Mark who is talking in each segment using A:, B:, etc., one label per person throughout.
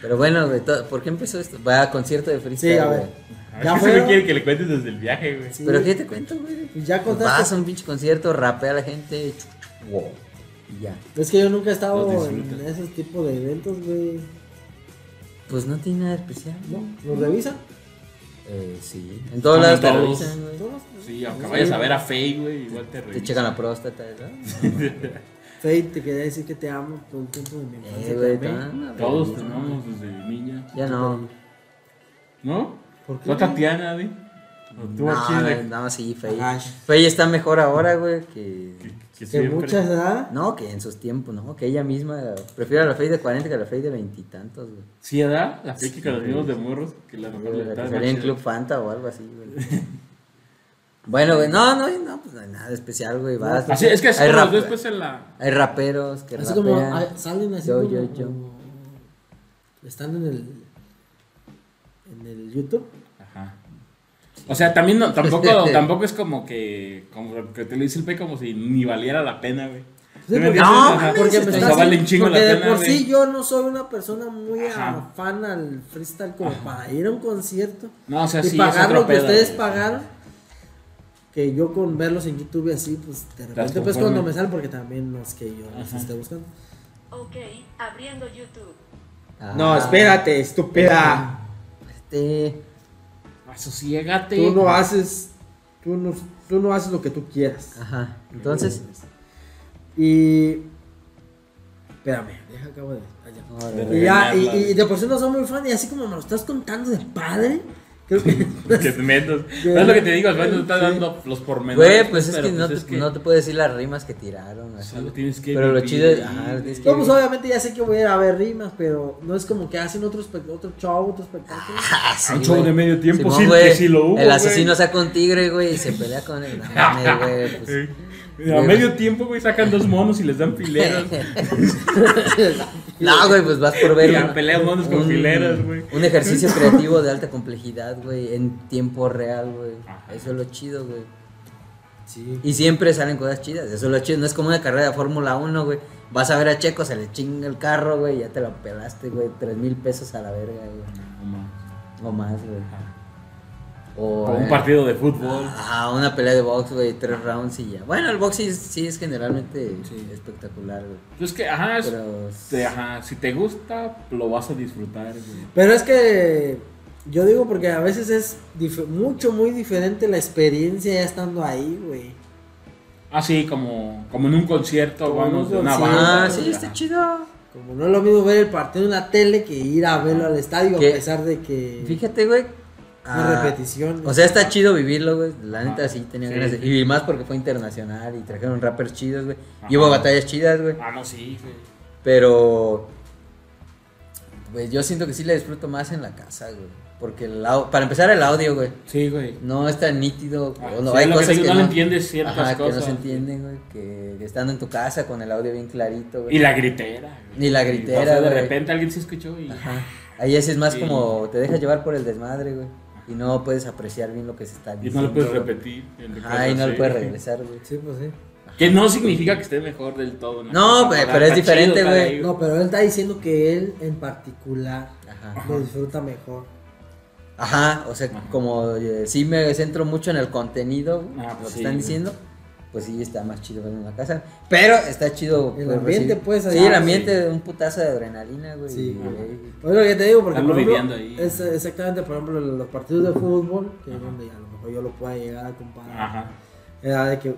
A: Pero bueno, güey, to- ¿por qué empezó esto? Va a concierto de freestyle,
B: Sí, a ver.
A: güey.
C: A
B: Ya
C: ver,
B: fue.
C: siempre quiere que le cuentes desde el viaje, güey.
B: Sí.
A: ¿Pero qué te cuento, güey?
B: Pues ya
A: Vas
B: contaste.
A: a un pinche concierto, rapea a la gente, chu, chu, wow, y ya.
B: Es que yo nunca he estado
C: Los
B: en
C: disfrutas.
B: ese tipo de eventos, güey.
A: Pues no tiene nada de especial,
B: ¿No? ¿Los revisan?
A: Eh, sí. En todos lados te
C: todos.
A: revisan, güey.
B: ¿Todos?
C: Sí, aunque vayas a ver a Faye, güey, igual te
A: Te
C: revisan.
A: checan la próstata, ¿verdad?
B: Fey, te quería decir que te amo todo el tiempo de mi infancia.
A: Eh, güey,
B: también.
A: no,
C: Todos
A: güey,
C: tenemos desde niña.
A: Ya no.
C: ¿No?
B: ¿Por qué?
C: ¿Tú a Tatiana, güey? ¿O tú a
A: No,
C: quién?
A: no,
C: la-
A: no, sí, Fey.
B: Ay.
A: Fey está mejor ahora, güey, que...
C: que
B: Que
C: siempre-
B: muchas, ¿verdad?
A: No, que en sus tiempos, ¿no? Que ella misma... Prefiero a la Fey de 40 que a la Fey de veintitantos, güey.
C: Sí, edad, la Faye que con los mismos de morros, que la mejor
A: Güey,
C: de
A: la
C: tal,
A: que salía en
C: macho.
A: Club Fanta o algo así, güey. Bueno, güey, no, no, no, pues no hay nada especial, güey. Vas,
C: Así, es que así
A: hay,
C: como pues.
A: rap-
C: después en la...
A: hay raperos que
B: Así como
A: rapean.
B: ah, salen así
A: Yo,
B: como,
A: yo, yo.
B: como- Están en el... En el YouTube.
C: Ajá. O sea, también no, tampoco, tampoco es como que, como que te lo dice el P como si ni valiera la pena, güey.
B: Sí,
C: ¿Sí me
B: porque,
C: entiendes?
A: no,
C: Ajá.
A: mames,
B: porque me
C: O sea,
B: estás-
C: vale un chingo
B: porque
C: la
B: de
C: pena,
B: por
C: güey.
B: sí yo no soy una persona muy
C: Ajá.
B: afán al freestyle como para ir a un concierto
C: No, o sea,
B: y
C: sí, es
B: pagar
C: otro
B: lo que
C: pedo,
B: ustedes
C: güey.
B: pagaron. Que yo con verlos en YouTube y así, pues de repente, pues
C: conforme.
B: cuando me salen, porque también no es que yo los
C: Ajá.
B: esté buscando.
D: Ok, abriendo YouTube.
A: Ah,
B: estúpida.
A: Este,
C: Asosiégate.
B: haces. Tú no, tú no haces lo que tú quieras.
A: ajá. Entonces,
B: Y. Espérame, deja acabo de. allá.
A: ahora,
B: Y
A: güey.
B: ya, y,
C: Regañarla,
B: y de por sí no soy muy fan, y así como me lo estás contando de padre, creo que.
C: Que menos. No es lo que te digo, al menos estás dando los pormenores.
A: Güey, pues es
C: pero
A: que, no,
C: pues
A: te, no te puedo decir las rimas que tiraron.
C: o
A: así,
C: sea, lo
A: güey.
C: tienes que
A: pero lo
C: vivir,
A: chido es.
C: güey.
A: Ajá, lo tienes que
B: No, pues
A: vivir.
B: obviamente ya sé que voy a ir a ver rimas, pero no es como que hacen otro, espe- otro show, otro espectáculo.
A: Ah, sí,
C: A un show
A: güey.
C: de medio tiempo,
A: Simón,
C: sí, que
A: güey,
C: sí lo hubo,
A: El
C: güey.
A: asesino saca un tigre, güey, y se pelea con él. No, mames, güey, pues,
C: Eh, A medio tiempo, güey, sacan dos monos y les dan fileras.
A: No, güey, pues vas por ver.
C: Y la
A: una-
C: pelea monos con fileras, güey.
A: Un ejercicio creativo de alta complejidad, güey, en tiempo real, güey.
C: Ajá.
A: Eso es lo chido, güey.
B: Sí.
A: Y siempre salen cosas chidas, eso es lo chido. No es como una carrera de Fórmula 1, güey. Vas a ver a Checo, se le chinga el carro, güey, ya te lo pelaste, güey. Tres mil pesos a la verga, güey. O más, güey. O,
C: Como un
A: eh,
C: partido de fútbol.
A: Ajá, una pelea de box, güey, tres rounds y ya. Bueno, el box sí, es- sí es generalmente espectacular, güey.
C: Es Pues que, ajá, es-
A: Pero
C: te- ajá, si te gusta, lo vas a disfrutar, güey.
B: Pero es que yo digo porque a veces es dif- mucho, muy diferente la experiencia ya estando ahí, güey.
C: Ah, sí, como, como en un concierto,
B: Como en
C: vamos,
B: un
C: de una
B: concierto.
C: banda.
A: Ah, sí,
C: güey,
A: está
C: ajá.
A: chido.
B: Como no es lo mismo ver el partido en la tele que ir a verlo al estadio,
A: ¿Qué?
B: a pesar de que.
A: Fíjate, güey.
B: Una
A: ah,
B: repetición.
A: O sea, está chido vivirlo, güey. La neta
C: Ajá.
A: sí tenía
C: Sí,
A: ganas de.
C: sí.
A: Y más porque fue internacional y trajeron rappers chidos, güey. Y
C: Ajá.
A: hubo batallas chidas, güey.
C: Ah, no, sí, güey.
A: Pero. Pues yo siento que sí la disfruto más en la casa, güey. Porque el au- para empezar, el audio, güey.
C: Sí, güey.
A: No es tan nítido.
C: Ah,
A: o no,
C: sí,
A: hay
C: lo que
A: cosas
C: te-
A: que
C: no le entiendes ciertas
A: Ajá, que no
C: cosas.
A: se entienden, güey. Que estando en tu casa con el audio bien clarito, güey.
C: Y la gritera. güey.
A: Y la gritera,
C: o sea, de
A: güey.
C: repente alguien se escuchó y.
A: Ajá. Ahí ese es más
C: Sí.
A: como te dejas llevar por el desmadre, güey. Y no puedes apreciar bien lo que se está
C: Y
A: diciendo.
C: no lo puedes
A: güey.
C: repetir. el recuerdo,
A: Ay, no
C: sí.
A: lo puedes regresar, güey.
B: Sí, pues sí.
C: Que no significa que esté mejor del todo.
A: No, güey, pero es
C: Está
A: diferente,
C: está
A: güey.
C: ahí,
B: No, pero él está diciendo que él en particular
A: Ajá.
B: lo disfruta mejor.
A: Ajá, o sea,
C: Ajá.
A: como eh, sí me centro mucho en el contenido, güey, lo
C: Ah,
A: que
C: pues sí,
A: están
C: güey.
A: diciendo, pues sí está más chido verlo en la casa. Pero está chido.
B: El
A: pues,
B: ambiente,
A: recibir-
B: pues,
A: Sí,
B: allá,
A: el ambiente de un putazo de adrenalina, güey.
B: Sí,
A: y,
B: güey.
A: güey,
B: Pues lo que te digo, porque
C: Estamos
B: por ejemplo,
C: viviendo ahí.
B: es exactamente, por ejemplo, los partidos de fútbol, que es donde a lo mejor yo lo pueda llegar a comparar.
C: Ajá.
B: Era de que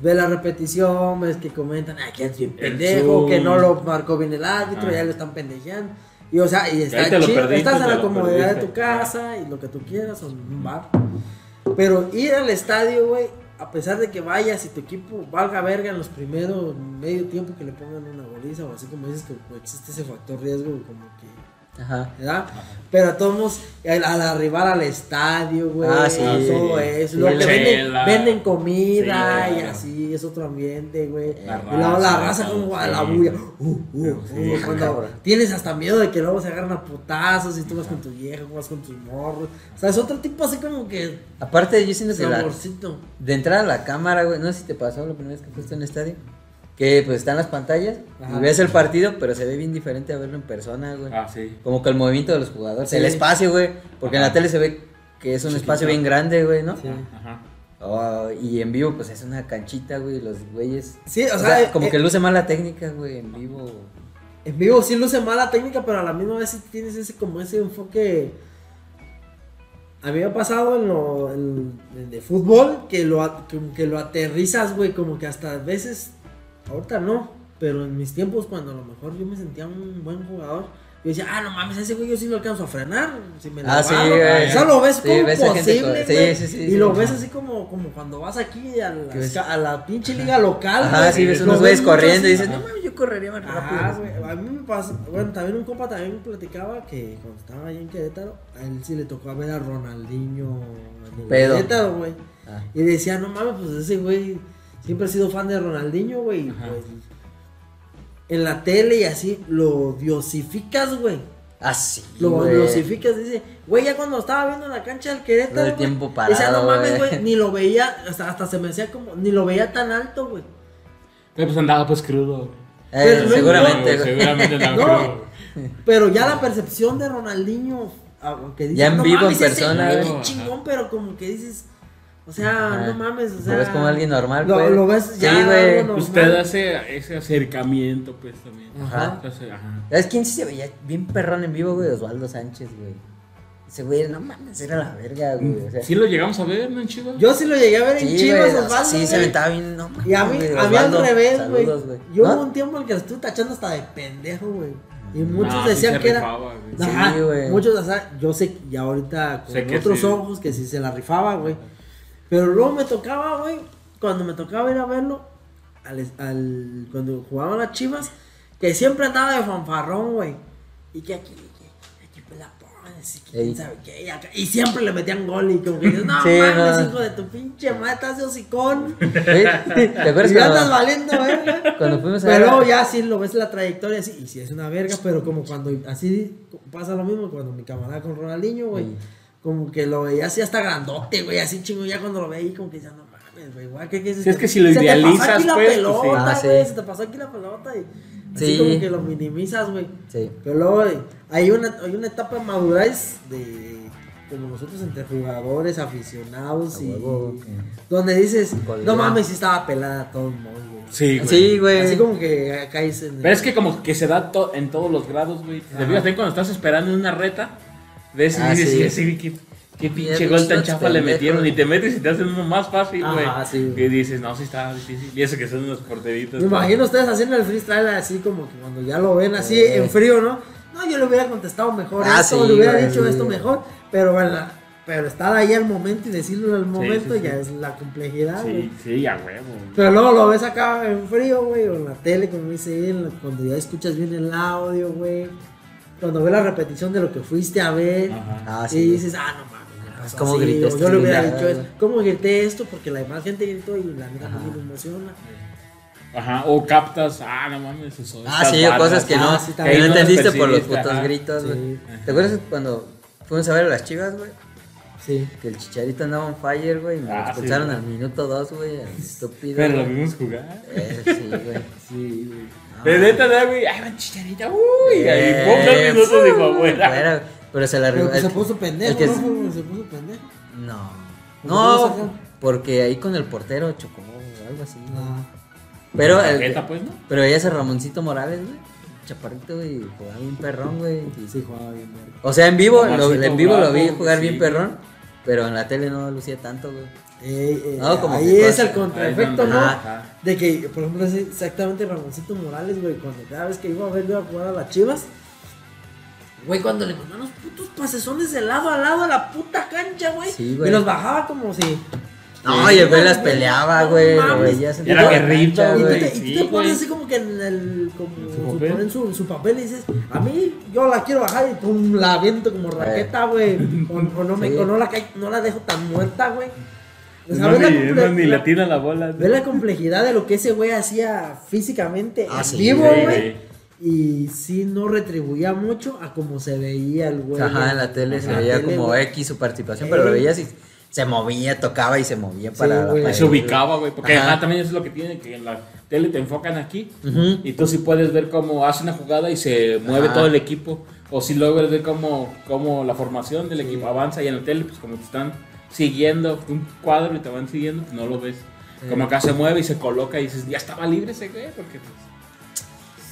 B: ve la repetición, ves que comentan, ah, que es bien
C: El
B: pendejo,
C: zoom.
B: que no lo marcó bien el árbitro,
C: Ajá.
B: ya lo están pendejeando. Y o sea, y está
C: ahí te lo
B: chido,
C: perdiste,
B: estás en
C: te
B: la
C: lo
B: comodidad de
C: perdiste.
B: tu casa y lo que tú quieras, o en un bar. Pero ir al estadio, güey, a pesar de que vayas y tu equipo valga verga en los primeros medio tiempo que le pongan una goliza, o así como dices que pues, existe ese factor riesgo, como que,
A: Ajá.
B: ¿verdad? Pero a todos, modos, al, al arribar al estadio, güey,
A: Ah, sí.
B: todo eso.
A: Sí,
B: Luego que venden,
C: chela.
B: venden comida
C: Sí,
B: y
C: claro.
B: así, es otro ambiente, güey.
C: La
B: Y luego la
C: raza,
B: raza como a la
C: sí.
B: bulla. Uh, uh, uh,
C: Sí,
B: cuando tienes hasta miedo de que luego se agarren a putazos y tú vas con tu vieja, vas con tus morros. O sea, es otro tipo así como que
A: Aparte, yo siento que la,
B: saborcito.
A: de entrada a la cámara, güey, no sé si te pasó la primera vez que fuiste en el estadio, que pues están las pantallas
B: Ajá.
A: y ves el partido, pero se ve bien diferente a verlo en persona, güey.
C: Ah, sí.
A: Como que el movimiento de los jugadores,
B: Sí.
A: el espacio, güey, porque en
C: Ajá.
A: la tele se ve que es un espacio bien grande, güey, ¿no?
B: Sí.
C: Ajá.
A: Oh, y en vivo pues es una canchita, güey, los güeyes.
B: Sí, o,
A: O
B: sea,
A: sea, como
B: eh,
A: que luce más la técnica, güey, en vivo.
B: en vivo sí luce mala técnica, pero a la misma vez sí tienes ese como ese enfoque. A mí me ha pasado en lo en- en de fútbol que lo, a- como que lo aterrizas, güey, como que hasta a veces, ahorita no, pero en mis tiempos cuando a lo mejor yo me sentía un buen jugador, yo decía, ah, no mames, ese güey yo sí lo alcanzo a frenar, si me la
A: Ah, sí,
B: barro".
A: güey.
B: O sea, lo ves
A: Sí,
B: como
A: ves a gente
B: posible,
A: con- sí,
B: güey,
A: sí, sí,
B: y
A: sí,
B: lo
A: sí.
B: ves así como, como cuando vas aquí a la,
A: Que ves-
B: a la pinche liga local,
A: Ajá,
B: güey,
A: sí, ves
B: lo
A: unos güeyes
B: mucho
A: corriendo y
B: así,
A: dices, no mames, yo correría más rápido.
B: Ah, güey, a mí me pasa, bueno, también un compa también platicaba que cuando estaba allá en Querétaro, a él sí le tocó ver a Ronaldinho en el
A: Pedo.
B: Querétaro, güey.
A: Ah.
B: Y decía, no mames, pues ese güey siempre ha sido fan de Ronaldinho, güey. y
C: Ajá.
B: pues, en la tele y así, lo diosificas, güey.
A: Ah, sí,
B: Lo
A: güey.
B: diosificas, dice, güey, ya cuando estaba viendo la cancha del Querétaro.
A: Todo el
B: güey,
A: tiempo
B: Decía, no
A: parado,
B: mames,
A: güey".
B: güey, ni lo veía, hasta, hasta se me hacía como, ni lo veía tan alto, güey.
C: Pero pues andaba pues crudo. güey.
A: Eh,
B: Pero luego-
A: seguramente,
C: Pero
A: güey.
C: Seguramente andaba
B: No.
C: crudo. güey.
B: Pero ya
C: Ah.
B: la percepción de Ronaldinho, aunque dices,
A: Ya en vivo, en
B: mames, ese
A: persona,
B: güey,
C: güey".
B: qué chingón, pero como que dices, o sea,
A: Ajá.
B: no mames, o sea.
A: Lo ves como alguien normal,
B: Lo,
A: güey.
B: lo ves
A: Sí,
B: ya.
A: güey.
B: algo normal.
C: Usted hace ese acercamiento, pues también.
B: Ah.
A: Ajá.
C: Entonces, ajá.
A: ¿Sabes quién sí se veía bien perrón en vivo, güey? Osvaldo Sánchez, güey. Ese güey, no mames, era la verga, güey. O sea,
C: Sí lo llegamos a ver, ¿no, en Chivas?
B: Yo sí lo llegué a ver en
A: sí,
B: Chivas,
A: güey, o sea,
B: Osvaldo.
A: Sí, se
B: güey.
A: aventaba bien, no mames.
B: Y a mí,
A: güey,
B: a mí al
A: Osvaldo,
B: revés, güey.
A: saludos,
B: Yo
A: ¿No?
B: hubo un tiempo en que estuve tachando hasta de pendejo, güey. Y
C: Mm. No,
B: muchos
C: sí
B: decían
C: se
B: que era.
C: rifaba, güey.
A: Sí,
B: Ajá,
A: güey.
B: muchos, o sea, yo sé que ya ahorita con
C: Sé que
B: otros
C: sí.
B: ojos que sí se la rifaba, güey. Pero luego me tocaba, güey, cuando me tocaba ir a verlo, al, al- cuando jugaban las chivas, que siempre andaba de fanfarrón, güey. Y que aquí, que aquí pues la pones, y que quién
A: Ey.
B: sabe qué, y, acá- y siempre le metían gol y como que dices, no
A: Sí,
B: mames,
A: no.
B: hijo de tu pinche madre, estás de hocicón.
A: Oye, ¿Te acuerdas
B: Y andas
A: cuando,
B: valiendo, verga.
A: cuando fuimos a
B: Pero
A: ver?
B: luego ya sí lo ves la trayectoria así, y si es una verga, pero como cuando así pasa lo mismo cuando mi camarada con Ronaldinho, güey.
A: Sí.
B: Como que lo veía así hasta grandote, güey, así chingo, ya cuando lo veía ahí como que ya no mames, güey, igual que que
C: Sí, es que si lo idealizas,
B: te pasó aquí la
C: pues, pues,
B: pelota,
C: sí.
A: Ah, sí.
B: güey, se te pasó aquí la pelota y así
A: Sí.
B: como que lo minimizas, güey.
A: Sí.
B: Pero luego güey, hay una hay una etapa de madurez de como nosotros entre jugadores, aficionados
A: A
B: y
A: huevo, sí.
B: donde dices, no
A: Cualidad.
B: mames, sí estaba pelada a todo el mundo. güey".
C: Sí, güey.
A: Sí, güey.
B: Así como que caes en.
C: Pero es que como que se da to- en todos los grados, güey. Te fijas también cuando estás esperando en una reta, ves y
A: Ah,
C: dices,
A: sí.
C: sí, sí, qué, qué pinche
A: Mira,
C: gol tan
A: pinches
C: chafa le
A: pendejos.
C: metieron. Y te metes y te hacen uno más fácil, güey.
B: Ajá, sí, güey.
C: Y dices, no, sí está difícil. Y eso que son unos porteritos.
B: Me imagino ustedes haciendo el freestyle así como que cuando ya lo ven así
A: Eh.
B: en frío, ¿no? No, yo le hubiera contestado mejor
A: Ah,
B: esto,
A: sí,
B: le hubiera
A: güey.
B: dicho esto mejor, pero bueno, pero estar ahí al momento y decirlo al momento
C: sí,
B: ya
C: sí.
B: es la complejidad, güey.
C: Sí, sí, a huevo. güey.
B: Pero luego lo ves acá en frío, güey, o en la tele, como dice él, cuando ya escuchas bien el audio, güey. Cuando ves la repetición de lo que fuiste a ver.
C: Ajá.
A: Ah,
B: Y
A: sí.
B: dices, ah, no mames. me pasó
A: ¿Cómo
B: así,
A: grité
B: o
A: esto?
B: Yo le hubiera
A: Ya,
B: dicho esto.
A: güey.
B: ¿Cómo grité esto? Porque la demás gente gritó y la neta no
A: Ajá.
B: me emociona.
C: Ajá, o captas, ah, no mames, eso.
A: Ah, sí, cosas que no,
B: Ah, sí,
A: que
B: también
A: no
B: no
C: las
A: entendiste por los
C: percibiste,
A: putos
C: ajá.
A: gritos, güey.
B: Sí.
A: ¿Te acuerdas cuando fuimos a ver a las chivas, güey?
B: Sí.
A: Que el chicharito andaba on fire, güey. y Me lo
C: Ah, sí,
A: expulsaron
C: güey.
A: al minuto dos, güey. al Estúpido.
C: Pero lo
A: güey.
C: vimos jugar.
A: Eh, sí, güey.
C: Sí, güey.
A: No,
C: De neta, da, güey, ay, man, chicharita, uy. Y ahí, pum, dos
A: Eh,
C: minutos dijo, afuera.
A: fuera, güey. Pero se la
B: Pero
A: arregló.
B: que
A: el-
B: se puso pendejo,
A: el que-
B: ¿no? Fue- Se puso pendejo.
A: No.
B: ¿Por qué no lo
A: No,
B: sacaron?
A: porque ahí con el portero chocó o algo así. güey.
B: Ah,
A: Pero, el-
C: Tarjeta, pues, ¿no?
A: pero ya ese Ramoncito Morales, güey. Chaparrito, güey. Jugaba bien perrón, güey.
B: sí, jugaba bien, verga.
A: O sea, en vivo, lo-
C: Ramoncito
A: en vivo lo vi
C: Bravo,
A: jugar
C: sí.
A: bien perrón. Pero en la tele no lucía tanto, güey.
B: Ey, ey,
A: No, como
B: ahí
A: que
B: es
A: cosa.
B: el contraefecto,
C: Ahí
B: ¿no?
C: donde-
A: Ajá.
B: De que, por ejemplo, es exactamente Ramoncito Morales, güey, cuando cada vez que iba a ver, iba a jugar a las chivas. Güey, cuando le mandaban los putos pasesones de lado a lado a la puta cancha, güey.
A: Sí, güey.
B: Y los bajaba como si.
A: No,
B: Sí,
A: y el güey
B: no,
A: las
B: güey,
A: peleaba,
B: no
A: güey. Lo
B: mames.
A: veías en
C: Era
A: toda la
C: guerrita,
A: cancha,
B: Y tú
C: güey.
B: te, y tú
C: Sí,
B: te pones
C: güey.
B: así como que en el. Como
C: En su
B: su
C: papel.
B: ponen su, su papel y dices, a mí yo la quiero bajar y pum, la aviento como raqueta, güey. O, o no, me,
A: Eh. Sí.
B: o no, la, ca- no la dejo tan muerta, güey. O sea,
C: No,
B: ves Pues la
C: ni,
B: comple-
C: no, ni
B: la-
C: le tira la bola.
B: Ve la complejidad de lo que ese güey hacía físicamente
A: Ah,
B: en
A: sí,
B: vivo,
C: güey,
B: güey.
C: güey.
B: Y sí no retribuía mucho a como se veía el güey.
A: Ajá, en la tele
B: En
A: se
B: la
A: veía
B: tele,
A: como
B: güey.
A: X su participación, pero lo
B: Ey.
A: veías y se movía, tocaba y se movía para la
B: güey.
A: pared,
C: Se ubicaba, güey. Porque
A: Ajá.
C: ajá, también eso es lo que tiene, que en la tele te enfocan aquí.
A: Ujú.
C: Y tú sí puedes ver cómo hace una jugada y se mueve
A: Ajá.
C: todo el equipo. O si logras ver cómo, cómo la formación del equipo avanza y en la tele, pues como te están siguiendo un cuadro y te van siguiendo, pues no lo ves. Como acá se mueve y se coloca y dices, ya estaba libre ese güey, porque pues,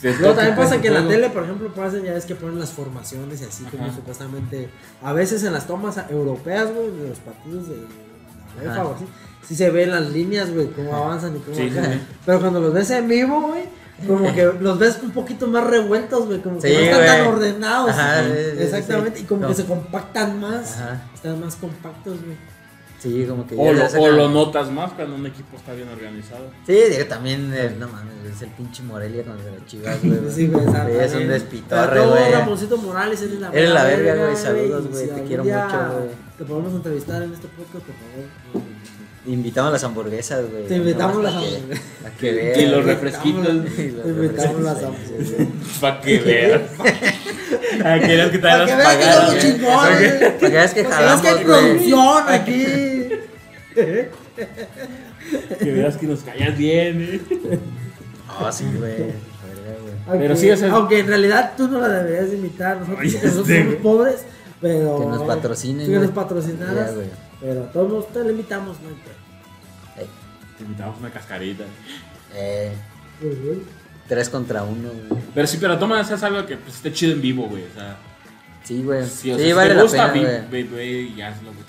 C: se
B: Luego
C: toca,
B: también
C: pues,
B: pasa que en la
C: todo.
B: tele, por ejemplo, pasan ya ves que ponen las formaciones y así como
C: Ajá.
B: supuestamente. A veces en las tomas europeas, güey, de los partidos de la UEFA
A: Ajá.
B: o así, sí se ven las líneas, güey, cómo avanzan y cómo.
C: Sí, sí,
B: acá.
C: sí.
B: Pero cuando los ves en vivo, güey, como que los ves un poquito más revueltos, güey, como que
A: Sí,
B: no están
A: güey.
B: tan ordenados.
A: Ajá,
B: güey.
A: sí, sí, sí,
B: Exactamente,
A: sí.
B: y como
A: No.
B: que se compactan más,
A: Ajá.
B: están más compactos, güey.
A: Sí, como que
C: O
A: ya
C: lo,
A: le sacan-
C: o lo notas más cuando un equipo está bien organizado.
A: Sí, digo, también, eh, no mames, es el pinche Morelia contra las chivas, güey.
B: Sí, güey, esa-
A: es un
B: güey.
A: despitorre,
B: Pero todo,
A: güey.
B: Ramoncito Morales, eres la
A: Eres la verga, güey.
B: y
A: Saludos, güey, te
B: algún
A: quiero
B: día
A: mucho, güey.
B: Te podemos entrevistar en este podcast, por favor.
A: Invitamos las hamburguesas, güey.
B: Te invitamos
A: No,
B: las
A: a que-
B: hamburguesas.
A: a que
C: Y
A: vean,
C: los
A: güey.
C: refresquitos.
A: Y los
B: Te invitamos las
A: refresquitos,
B: hamburguesas.
A: güey.
C: Para que veas. Ah, Querías que te
B: Para
C: las
B: que veas que somos
C: pagaras. güey.
B: chingones.
A: Para que- para que veas que
B: Para veas que hay
A: jalamos, güey.
B: producción aquí.
C: eh. Que veas que nos callas bien, eh.
A: Ah, sí, güey. Verga, güey.
B: Aunque,
C: Pero sí, o sea-
B: aunque en realidad tú no la deberías invitar. Nosotros,
C: Ay, ya
B: nosotros
C: sé,
B: somos
C: güey.
B: pobres, pero.
A: Que nos patrocinen,
B: Que nos
A: güey.
B: patrocinaras.
A: Ya, güey.
B: pero a todos modos te la invitamos, no hay
A: Ey,
C: Te invitamos una cascarita.
A: eh,
B: pedo. Muy bien.
A: tres contra uno, güey.
C: Pero sí, pero toma, es algo que pues, esté chido en vivo, güey. O sea,
A: Sí, güey.
C: si,
A: Sí,
C: o sea, si
A: vale
C: te gusta,
A: la pena, güey.
C: vi- ve, ve y hazlo, güey.